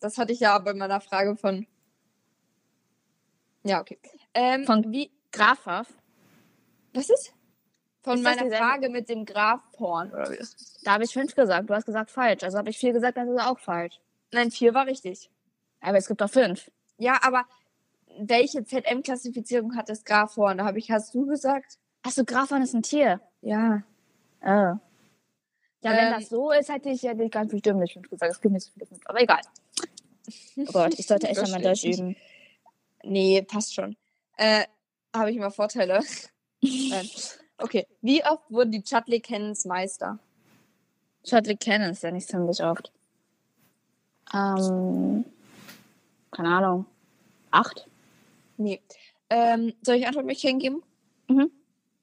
Speaker 2: Das hatte ich ja bei meiner Frage von. Ja, okay. Ähm,
Speaker 1: Von wie? Grafhaft.
Speaker 2: was ist? Von
Speaker 1: Ist das
Speaker 2: meiner
Speaker 1: dieselbe-
Speaker 2: Frage mit dem Grafporn oder wie? das ist.
Speaker 1: Da habe ich fünf gesagt. Du hast gesagt falsch. Also habe ich vier gesagt, das ist auch falsch.
Speaker 2: Nein, vier war richtig.
Speaker 1: Aber es gibt doch fünf.
Speaker 2: Ja, aber welche ZM-Klassifizierung hat das Grafhorn? Da habe ich, hast du gesagt?
Speaker 1: Achso, Grafhorn ist ein Tier.
Speaker 2: Ja.
Speaker 1: Oh. Ja, wenn
Speaker 2: Ähm.
Speaker 1: das so ist, hätte ich ja nicht ganz bestimmt nicht fünf gesagt. Es gibt nicht so viele fünf. Aber egal. Oh Gott, ich sollte echt
Speaker 2: Das
Speaker 1: einmal Deutsch
Speaker 2: stimmt.
Speaker 1: üben.
Speaker 2: Nee, passt schon. Äh, habe ich immer *laughs* Vorteile. Nein. Okay. Wie oft wurden die Chatley Cannons Meister?
Speaker 1: Shuttle kennen es ja nicht ziemlich oft. Ähm, keine Ahnung. Acht?
Speaker 2: Nee. Ähm, soll ich Antwort mich hingeben?
Speaker 1: Mhm.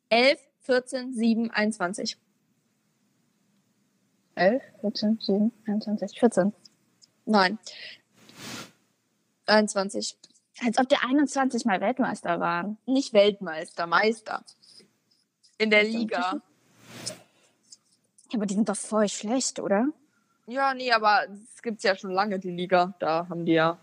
Speaker 2: 11, 14, 7, 21.
Speaker 1: Elf? 14, 7, 21, 14.
Speaker 2: Nein. 21.
Speaker 1: Als ob die 21 mal Weltmeister waren.
Speaker 2: Nicht Weltmeister, Meister. In der Liga.
Speaker 1: Ja, aber die sind doch voll schlecht, oder?
Speaker 2: Ja, nee, aber es gibt ja schon lange, die Liga. Da haben die ja.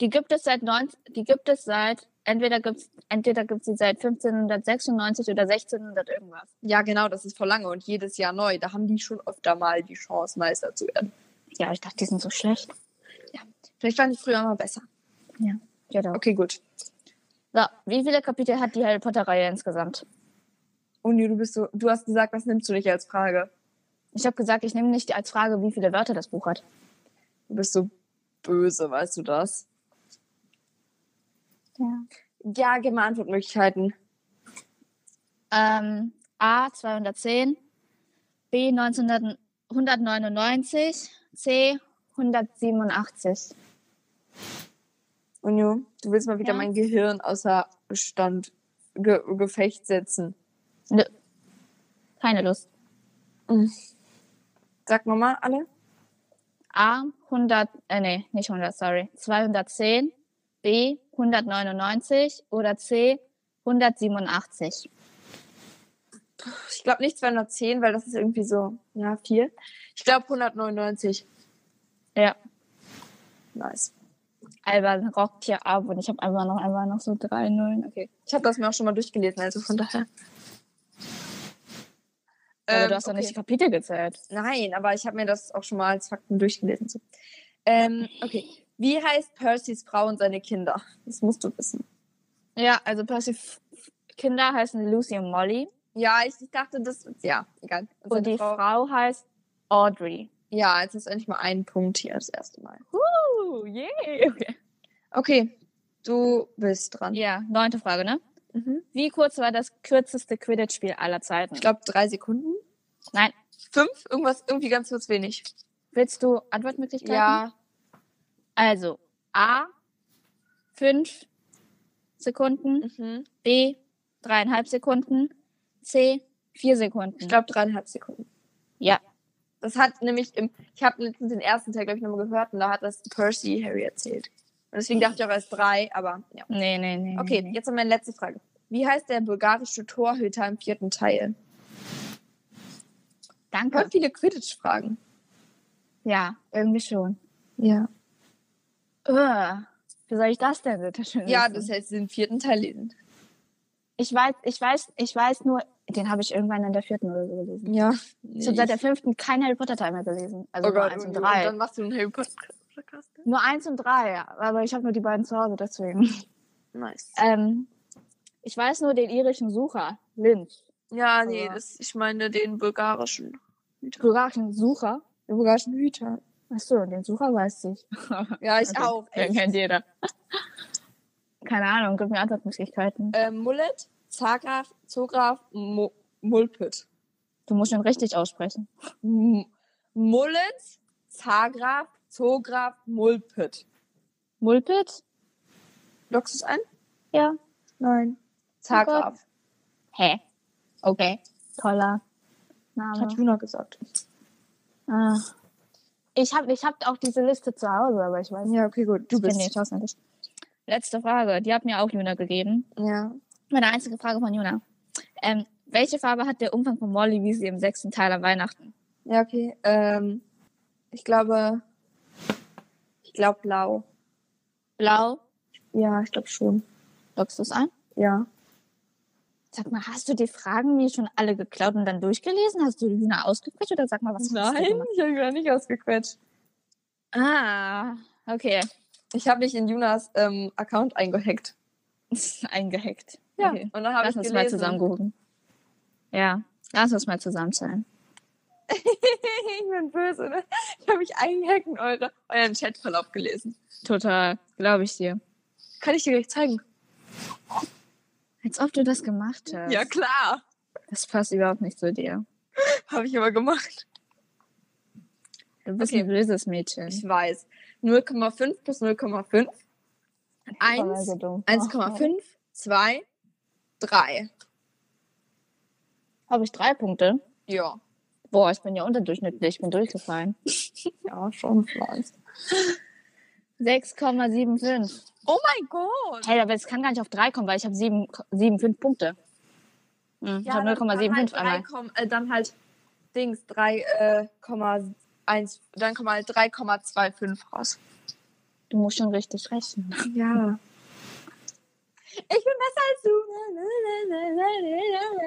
Speaker 1: Die gibt es seit 19, die gibt es seit, entweder gibt's, entweder gibt's die seit 1596 oder 1600 irgendwas.
Speaker 2: Ja, genau, das ist vor lange und jedes Jahr neu. Da haben die schon öfter mal die Chance, Meister zu werden.
Speaker 1: Ja, ich dachte, die sind so schlecht.
Speaker 2: Vielleicht waren die früher mal besser.
Speaker 1: Ja, doch.
Speaker 2: Okay, gut.
Speaker 1: So, wie viele Kapitel hat die Harry Potter-Reihe insgesamt?
Speaker 2: Uni, Oh, du bist so, du hast gesagt, das nimmst du nicht als Frage.
Speaker 1: Ich habe gesagt, ich nehme nicht als Frage, wie viele Wörter das Buch hat.
Speaker 2: Du bist so böse, weißt du das?
Speaker 1: Ja.
Speaker 2: Ja, gib mal Antwortmöglichkeiten.
Speaker 1: Ähm, A 210, B 1999, C 187.
Speaker 2: Uni, du willst mal wieder
Speaker 1: Ja.
Speaker 2: mein Gehirn außer Stand, Ge Gefecht setzen.
Speaker 1: Keine Lust.
Speaker 2: Sag nochmal alle.
Speaker 1: A 100, äh, nee, nicht 100, sorry. 210, B 199 oder C 187.
Speaker 2: Ich glaube nicht 210, weil das ist irgendwie so, ja, viel. Ich glaube 199.
Speaker 1: Ja.
Speaker 2: Nice.
Speaker 1: Alba rockt hier ab und ich habe einfach noch, einfach noch so drei Nullen. Okay.
Speaker 2: Ich habe das mir auch schon mal durchgelesen, also von daher.
Speaker 1: Aber
Speaker 2: Ähm,
Speaker 1: du hast doch
Speaker 2: okay.
Speaker 1: nicht die Kapitel gezählt.
Speaker 2: Nein, aber ich habe mir das auch schon mal als Fakten durchgelesen. So. Ähm, okay. Wie heißt Percys Frau und seine Kinder? Das musst du wissen.
Speaker 1: Ja, also Percy F- F- Kinder heißen Lucy und Molly
Speaker 2: Ja, ich, ich dachte, das. Ja, egal. Und
Speaker 1: und
Speaker 2: seine
Speaker 1: Oh, die Frau heißt Audrey.
Speaker 2: Ja, jetzt ist endlich mal ein Punkt hier das erste Mal. Oh,
Speaker 1: Uh, yeah. okay.
Speaker 2: Okay, du bist dran.
Speaker 1: Ja, neunte Frage, ne?
Speaker 2: Mhm.
Speaker 1: Wie kurz war das kürzeste Quidditch-Spiel aller Zeiten?
Speaker 2: Ich glaube, drei Sekunden.
Speaker 1: Nein.
Speaker 2: Fünf? Irgendwas, irgendwie ganz kurz wenig.
Speaker 1: Willst du Antwortmöglichkeiten? Also A, fünf Sekunden,
Speaker 2: Mhm.
Speaker 1: B, dreieinhalb Sekunden, C, vier Sekunden.
Speaker 2: Ich glaube, dreieinhalb Sekunden.
Speaker 1: Ja.
Speaker 2: Das hat nämlich im. Ich habe letztens den ersten Teil, glaube ich, nochmal gehört und da hat das Percy Harry erzählt. Und deswegen dachte ich auch erst drei, aber ja.
Speaker 1: nee, nee, nee.
Speaker 2: Okay,
Speaker 1: nee, nee.
Speaker 2: jetzt noch meine letzte Frage. Wie heißt der bulgarische Torhüter im vierten Teil? Ich
Speaker 1: Danke.
Speaker 2: habe viele Quidditch-Fragen.
Speaker 1: Ja, irgendwie schon.
Speaker 2: Ja.
Speaker 1: Ugh. Wie soll ich das denn bitte schön
Speaker 2: Ja,
Speaker 1: wissen?
Speaker 2: das heißt, den vierten Teil lesen.
Speaker 1: Ich weiß, ich weiß, ich weiß nur, den habe ich irgendwann in der vierten oder so gelesen.
Speaker 2: Ja.
Speaker 1: Ich habe seit der fünften kein Harry Potter Teil mehr gelesen. Also nur eins und drei.
Speaker 2: Oh dann machst du einen Harry Potter-Podcast.
Speaker 1: Nur eins und drei, ja. aber ich habe nur die beiden zu Hause, deswegen. *laughs*
Speaker 2: Nice.
Speaker 1: Ähm, ich weiß nur den irischen Sucher, Lynch.
Speaker 2: Ja, nee,
Speaker 1: aber-
Speaker 2: das, ich meine den bulgarischen.
Speaker 1: Bulgarischen Sucher?
Speaker 2: Den bulgarischen Hüter.
Speaker 1: Achso, den Sucher weiß ich.
Speaker 2: Ja, *laughs* ich
Speaker 1: Okay.
Speaker 2: auch.
Speaker 1: Den
Speaker 2: Echt.
Speaker 1: kennt jeder. *laughs* Keine Ahnung, gib mir Antwortmöglichkeiten.
Speaker 2: Ähm, Mullet, Zagraf, Zograf, Mo Mulpit.
Speaker 1: Du musst ihn richtig aussprechen.
Speaker 2: M Mullet, Zagraf, Zograf, Mulpit.
Speaker 1: Mulpit?
Speaker 2: Lockst du es ein?
Speaker 1: Ja.
Speaker 2: Nein. Zagraf.
Speaker 1: Hä? Okay. Toller Name.
Speaker 2: Juna gesagt.
Speaker 1: Ah.
Speaker 3: Ich habe ich hab auch diese Liste zu Hause, aber ich weiß nicht.
Speaker 2: Ja, okay, gut. Du
Speaker 1: Ich bin
Speaker 2: bist.
Speaker 1: nicht auswendig. Letzte Frage. Die hat mir auch Juna gegeben.
Speaker 2: Ja.
Speaker 1: Meine einzige Frage von Juna. Ähm, welche Farbe hat der Umfang von Molly Weasley im sechsten Teil an Weihnachten?
Speaker 2: Ja, okay. Ähm, ich glaube. Ich glaube blau.
Speaker 1: Blau.
Speaker 2: Ja, ich glaube schon.
Speaker 1: Lockst du es ein?
Speaker 2: Ja.
Speaker 1: Sag mal, hast du die Fragen mir schon alle geklaut und dann durchgelesen? Hast du Juna ausgequetscht oder sag mal, was hast du gemacht?
Speaker 2: ich habe Juna nicht ausgequetscht.
Speaker 1: Ah, okay. *laughs*
Speaker 2: Ich habe mich in Junas ähm, Account eingehackt.
Speaker 1: Eingehackt.
Speaker 2: Ja.
Speaker 1: Okay.
Speaker 2: Und dann habe ich
Speaker 1: Lass uns
Speaker 2: gelesen. *laughs*
Speaker 1: mal zusammen gucken. Ja, lass uns mal zusammenzählen.
Speaker 2: ich bin böse, ne? Ich habe mich eingehackt und eure, euren Chatverlauf gelesen.
Speaker 1: Total, glaube ich dir.
Speaker 2: Kann ich dir gleich zeigen?
Speaker 1: Als ob du das gemacht hast.
Speaker 2: Ja, klar.
Speaker 1: Das passt überhaupt nicht zu dir.
Speaker 2: Habe ich aber gemacht.
Speaker 1: Du bist
Speaker 2: Okay.
Speaker 1: ein böses Mädchen.
Speaker 2: Ich weiß. 0,5 plus 0,5.
Speaker 3: Aber
Speaker 2: 1,
Speaker 3: so dumm.
Speaker 2: 1,5, 2, 3.
Speaker 1: Habe ich drei Punkte?
Speaker 2: Ja.
Speaker 1: Boah, ich bin ja unterdurchschnittlich, ich bin durchgefallen.
Speaker 2: *laughs* Ja, schon vielleicht.
Speaker 1: 6,75.
Speaker 2: Oh mein Gott.
Speaker 1: Hey, aber es kann gar nicht auf 3 kommen, weil ich habe 7,75 Punkte. Hm, ich habe 0,75
Speaker 2: halt
Speaker 1: einmal.
Speaker 2: äh, dann halt Dings 3,1, dann kommen halt 3,25 raus.
Speaker 1: Du musst schon richtig rechnen.
Speaker 2: Ja. Ich bin besser als du. La, la, la, la, la, la,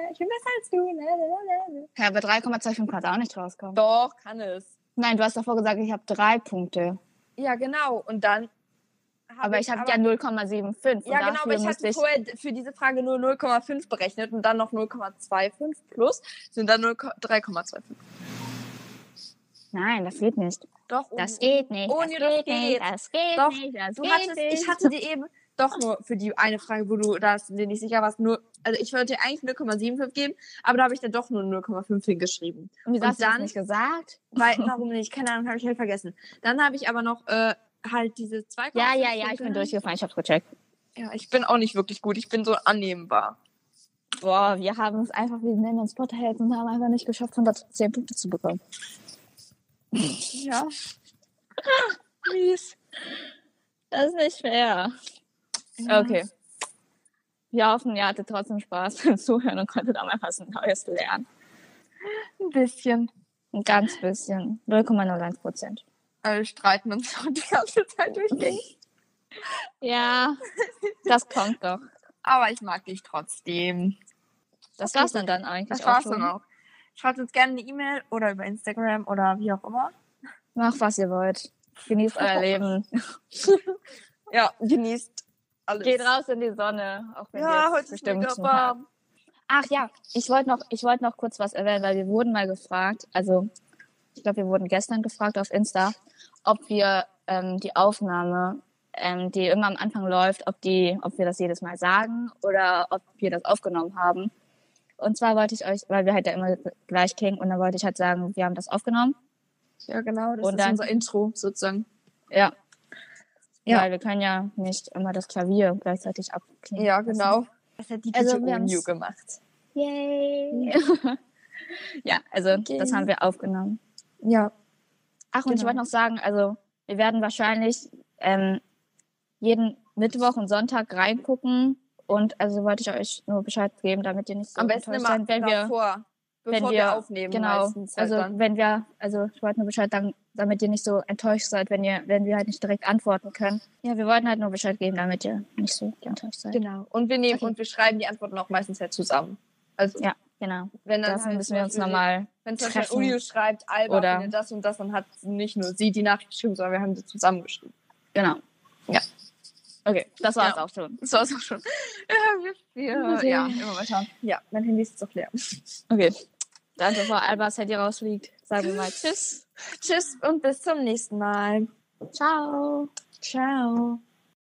Speaker 2: la. Ich bin besser als du. La, la, la, la, la.
Speaker 1: Ja, aber 3,25 kannst du auch nicht rauskommen.
Speaker 2: Doch, kann es.
Speaker 1: Nein, du hast davor gesagt, ich habe 3 Punkte.
Speaker 2: Ja, genau. Und dann. hab
Speaker 1: Aber ich habe
Speaker 2: aber-
Speaker 1: ja 0,75. und
Speaker 2: Ja, genau,
Speaker 1: dafür
Speaker 2: aber ich
Speaker 1: musste
Speaker 2: hatte vorher d- für diese Frage nur 0,5 berechnet und dann noch 0,25 plus sind dann 0,- 3,25.
Speaker 1: Nein, das geht nicht.
Speaker 2: Doch,
Speaker 1: Das
Speaker 2: und-
Speaker 1: geht nicht.
Speaker 2: Oh,
Speaker 1: das,
Speaker 2: nee,
Speaker 1: geht
Speaker 2: das geht.
Speaker 1: nicht. das geht
Speaker 2: Doch,
Speaker 1: nicht. Das
Speaker 2: du
Speaker 1: geht
Speaker 2: hattest,
Speaker 1: nicht.
Speaker 2: ich hatte dir eben doch nur für die eine Frage, wo du da dir nicht sicher warst, nur, also ich wollte dir eigentlich 0,75 geben, aber da habe ich dann doch nur 0,5 hingeschrieben.
Speaker 1: und wieso
Speaker 2: und
Speaker 1: hast du das
Speaker 2: dann-
Speaker 1: nicht gesagt? *laughs*
Speaker 2: *laughs* Weil, warum nicht? Keine Ahnung, habe ich halt vergessen. Dann habe ich aber noch äh, halt diese zwei
Speaker 1: Ja, ja, ja, ich bin durchgefallen. Ich hab's gecheckt.
Speaker 2: Ja, ich bin auch nicht wirklich gut. Ich bin so annehmbar.
Speaker 1: Boah, wir haben es einfach, wir nennen uns Potterheads und haben einfach nicht geschafft, 110 Punkte zu bekommen.
Speaker 2: Ja. Mies.
Speaker 1: Das ist nicht fair. Okay. Wir hoffen, ihr hattet trotzdem Spaß beim Zuhören und konntet auch mal was Neues lernen.
Speaker 2: Ein bisschen.
Speaker 1: Ein ganz bisschen. 0,01 Prozent.
Speaker 2: Alle äh, streiten uns so *laughs* die ganze Zeit durchgängig.
Speaker 1: Ja, das kommt doch.
Speaker 2: Aber ich mag dich trotzdem.
Speaker 1: Das war's dann, dann eigentlich.
Speaker 2: Das
Speaker 1: auch
Speaker 2: war's
Speaker 1: schon.
Speaker 2: dann auch. Schreibt uns gerne eine E-Mail oder über Instagram oder wie auch immer.
Speaker 1: Macht, was ihr wollt. Genießt euer Leben.
Speaker 2: Ja, genießt alles.
Speaker 1: Geht raus in die Sonne, auch wenn
Speaker 2: Ja,
Speaker 1: wir
Speaker 2: heute
Speaker 1: jetzt
Speaker 2: ist
Speaker 1: bestimmt
Speaker 2: mega
Speaker 1: schon
Speaker 2: warm.
Speaker 1: haben. Ach ja, ich wollte noch, ich wollte noch kurz was erwähnen, weil wir wurden mal gefragt, also ich glaube, wir wurden gestern gefragt auf Insta, ob wir ähm, die Aufnahme, ähm, die immer am Anfang läuft, ob die, ob wir das jedes Mal sagen oder ob wir das aufgenommen haben. Und zwar wollte ich euch, weil wir halt da immer gleich klingen, und dann wollte ich halt sagen, wir haben das aufgenommen.
Speaker 2: Ja, genau. Das
Speaker 1: Und
Speaker 2: ist
Speaker 1: dann-
Speaker 2: unser Intro sozusagen.
Speaker 1: Ja.
Speaker 2: Ja.
Speaker 1: Ja. Weil wir können ja nicht immer das Klavier gleichzeitig abklingen.
Speaker 2: Ja,
Speaker 1: lassen.
Speaker 2: genau. Das hat die
Speaker 1: Also,
Speaker 2: also,
Speaker 1: wir haben's-
Speaker 2: New gemacht.
Speaker 3: Yay.
Speaker 1: *laughs* Ja, also
Speaker 2: Okay.
Speaker 1: das haben wir aufgenommen.
Speaker 2: Ja.
Speaker 1: Ach, und ich
Speaker 2: Genau.
Speaker 1: wollte noch sagen, also wir werden wahrscheinlich ähm, jeden Mittwoch und Sonntag reingucken. Und also wollte ich euch nur Bescheid geben, damit ihr nicht so
Speaker 2: Am besten
Speaker 1: enttäuscht
Speaker 2: immer
Speaker 1: seid, wenn wir
Speaker 2: davor,
Speaker 1: wenn
Speaker 2: bevor wir,
Speaker 1: wir-
Speaker 2: aufnehmen.
Speaker 1: genau,
Speaker 2: Meistens halt
Speaker 1: also
Speaker 2: dann.
Speaker 1: wenn wir also ich wollte nur Bescheid sagen, damit ihr nicht so enttäuscht seid, wenn ihr wenn wir halt nicht direkt antworten können. Ja, wir wollten halt nur Bescheid geben, damit ihr nicht so enttäuscht seid.
Speaker 2: Genau. Und wir nehmen
Speaker 1: Okay.
Speaker 2: und wir schreiben die Antworten auch meistens ja zusammen. Also
Speaker 1: Ja, genau.
Speaker 2: wenn dann
Speaker 1: Dafür
Speaker 2: halt
Speaker 1: müssen
Speaker 2: zum
Speaker 1: wir uns
Speaker 2: Beispiel-
Speaker 1: nochmal.
Speaker 2: Wenn zum Beispiel
Speaker 1: treffen.
Speaker 2: Ujo schreibt, Alba
Speaker 1: Oder-
Speaker 2: findet das und das, dann hat nicht nur sie die Nachricht geschrieben, sondern wir haben sie zusammengeschrieben.
Speaker 1: Genau.
Speaker 2: Ja.
Speaker 1: Okay, das war's
Speaker 2: Ja.
Speaker 1: auch schon.
Speaker 2: Das war es auch schon. Ja, wir, wir,
Speaker 1: Okay.
Speaker 2: ja, immer weiter. Ja, mein Handy ist doch leer.
Speaker 1: Okay. Dann bevor Albers Handy rausfliegt, sagen wir mal Tschüss.
Speaker 2: Tschüss und bis zum nächsten Mal.
Speaker 1: Ciao.
Speaker 2: Ciao.